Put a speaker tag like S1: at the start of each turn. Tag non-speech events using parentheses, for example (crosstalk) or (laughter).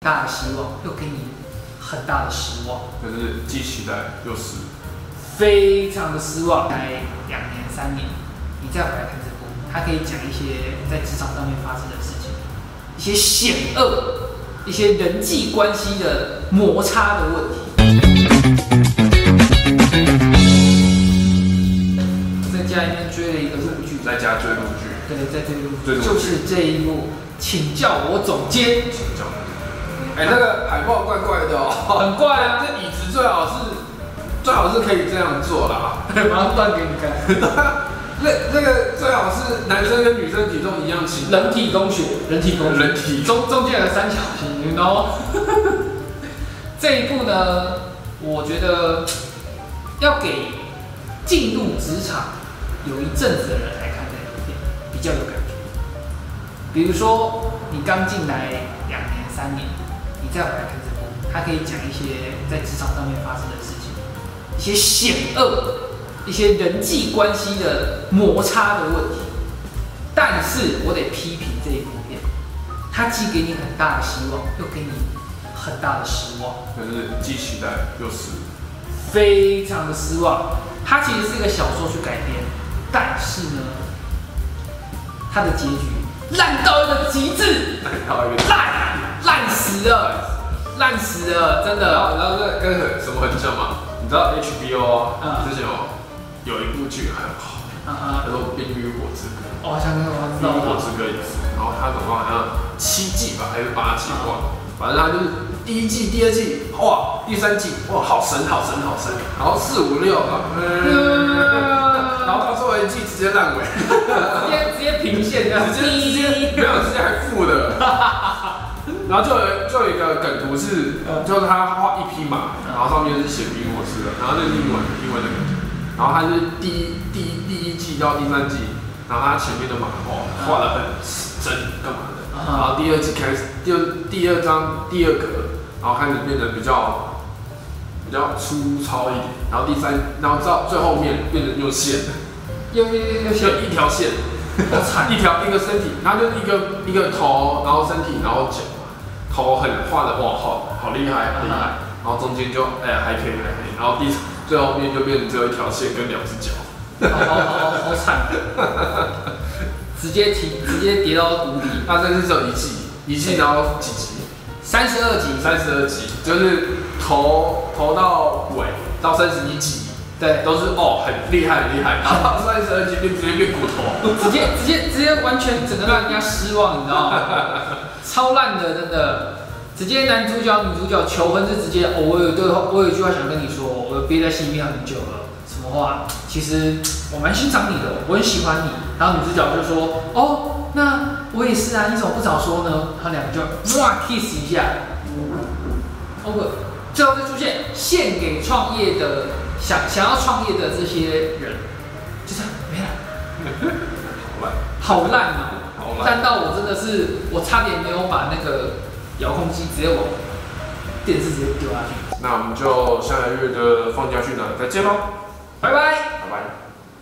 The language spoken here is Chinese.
S1: 大的希望，又给你很大的失望，
S2: 可是既期待又是
S1: 非常的失望。才两年三年，你再回来看这部，它可以讲一些在职场上面发生的事情，一些险恶，一些人际关系的摩擦的问题。在家里面追了一个陆剧，
S2: 在家追陆剧，
S1: 对，在追
S2: 追
S1: 陆
S2: 陆
S1: 剧，
S2: 剧
S1: 就是这一部，请叫我总监。 (laughs)
S2: 这样
S3: 哎、那个海报怪怪 (laughs) 的哦，
S1: 很怪啊，
S3: 这椅子最好是最好是可以这样坐啦。
S1: 马上断给你看。
S3: 那那个最好是男生跟女生体重一样轻。啊
S1: 人体工学，人体工学，
S2: 人体
S1: 中中间有个三角形，然后 (laughs) 这一步呢，我觉得要给进入职场有一阵子的人来看这部片比较有感觉。比如说你刚进来两年三年，你再回来看这部，它可以讲一些在职场上面发生的事情，一些险恶，一些人际关系的摩擦的问题。但是我得批评这一部片，它既给你很大的希望，又给你很大的失望，
S2: 可是既期待又是
S1: 非常的失望。它其实是一个小说去改编，但是呢，它的结局烂到一个极致，
S3: 然后一个，
S1: 烂烂死了，烂死了，真的。
S3: 啊然后那跟很什么很像吗？你知道 HBO 啊
S1: 嗯
S3: 之前有有一部剧很好，
S1: 啊啊
S3: 叫！做《冰与火之歌》。
S1: 我好像我
S3: 《
S1: 知
S3: 冰
S1: 道
S3: 与火
S1: 了。
S3: 之歌》也是，然后它总共好像七季吧，还是八季忘了。反正它就是第一季、第二季，哇，第三季，哇，好神，好神，好神。然后四五六，然后嗯然后到最后一季直接烂尾，
S1: 直接直接平线这样，
S3: 直接直接没有，直接还负的。然后就有就有一个梗图是，
S1: 嗯
S3: 就是他画一匹马，然后上面是写冰火之歌，然后那是英文英文的梗图，然后他就是第一第一第一季到第三季，然后他前面的马哦画的很真干嘛的，
S1: 嗯
S3: 然后第二季开始第二第二章第二格，然后开始变得比较比较粗糙一点，然后第三然后到最后面变成用线，
S1: 又又又又
S3: 就一条线，
S1: 好惨
S3: 一条一个身体，然后就一个一个头，然后身体，然后脚，头很画的哇，好好厉害，厉害。然后中间就哎呀还可以，还可以。然后第最后面就变成只有一条线跟两只脚，
S1: 好好好好惨，直接提直接跌到谷底。
S3: 那真是只有一季，一季然后几集，嗯
S1: 三十二集，
S3: 三十二集，就是头头到尾到三十一集
S1: 对，
S3: 都是哦很厉害很厉害，然后三十二集就直接变骨
S1: (laughs)
S3: 头，
S1: 直接直接直接完全整个让人家失望，你知道吗？超烂的，真的。直接男主角、女主角求婚是直接，哦、我有对话，我有一句话想跟你说，我憋在心里面很久了。什么话？其实我蛮欣赏你的，我很喜欢你。然后女主角就说，哦，那我也是啊，你怎么不早说呢？然后两个就哇 kiss 一下。OK，最后再出现献给创业的想想要创业的这些人，就这样没了。
S3: 好烂，
S1: 好烂啊！
S3: 好烂。
S1: 烂到我真的是，我差点没有把那个遥控器直接往电视直接丢下去。
S3: 那我们就下个月的放假去哪里再见喽，
S1: 拜拜。
S3: 拜拜。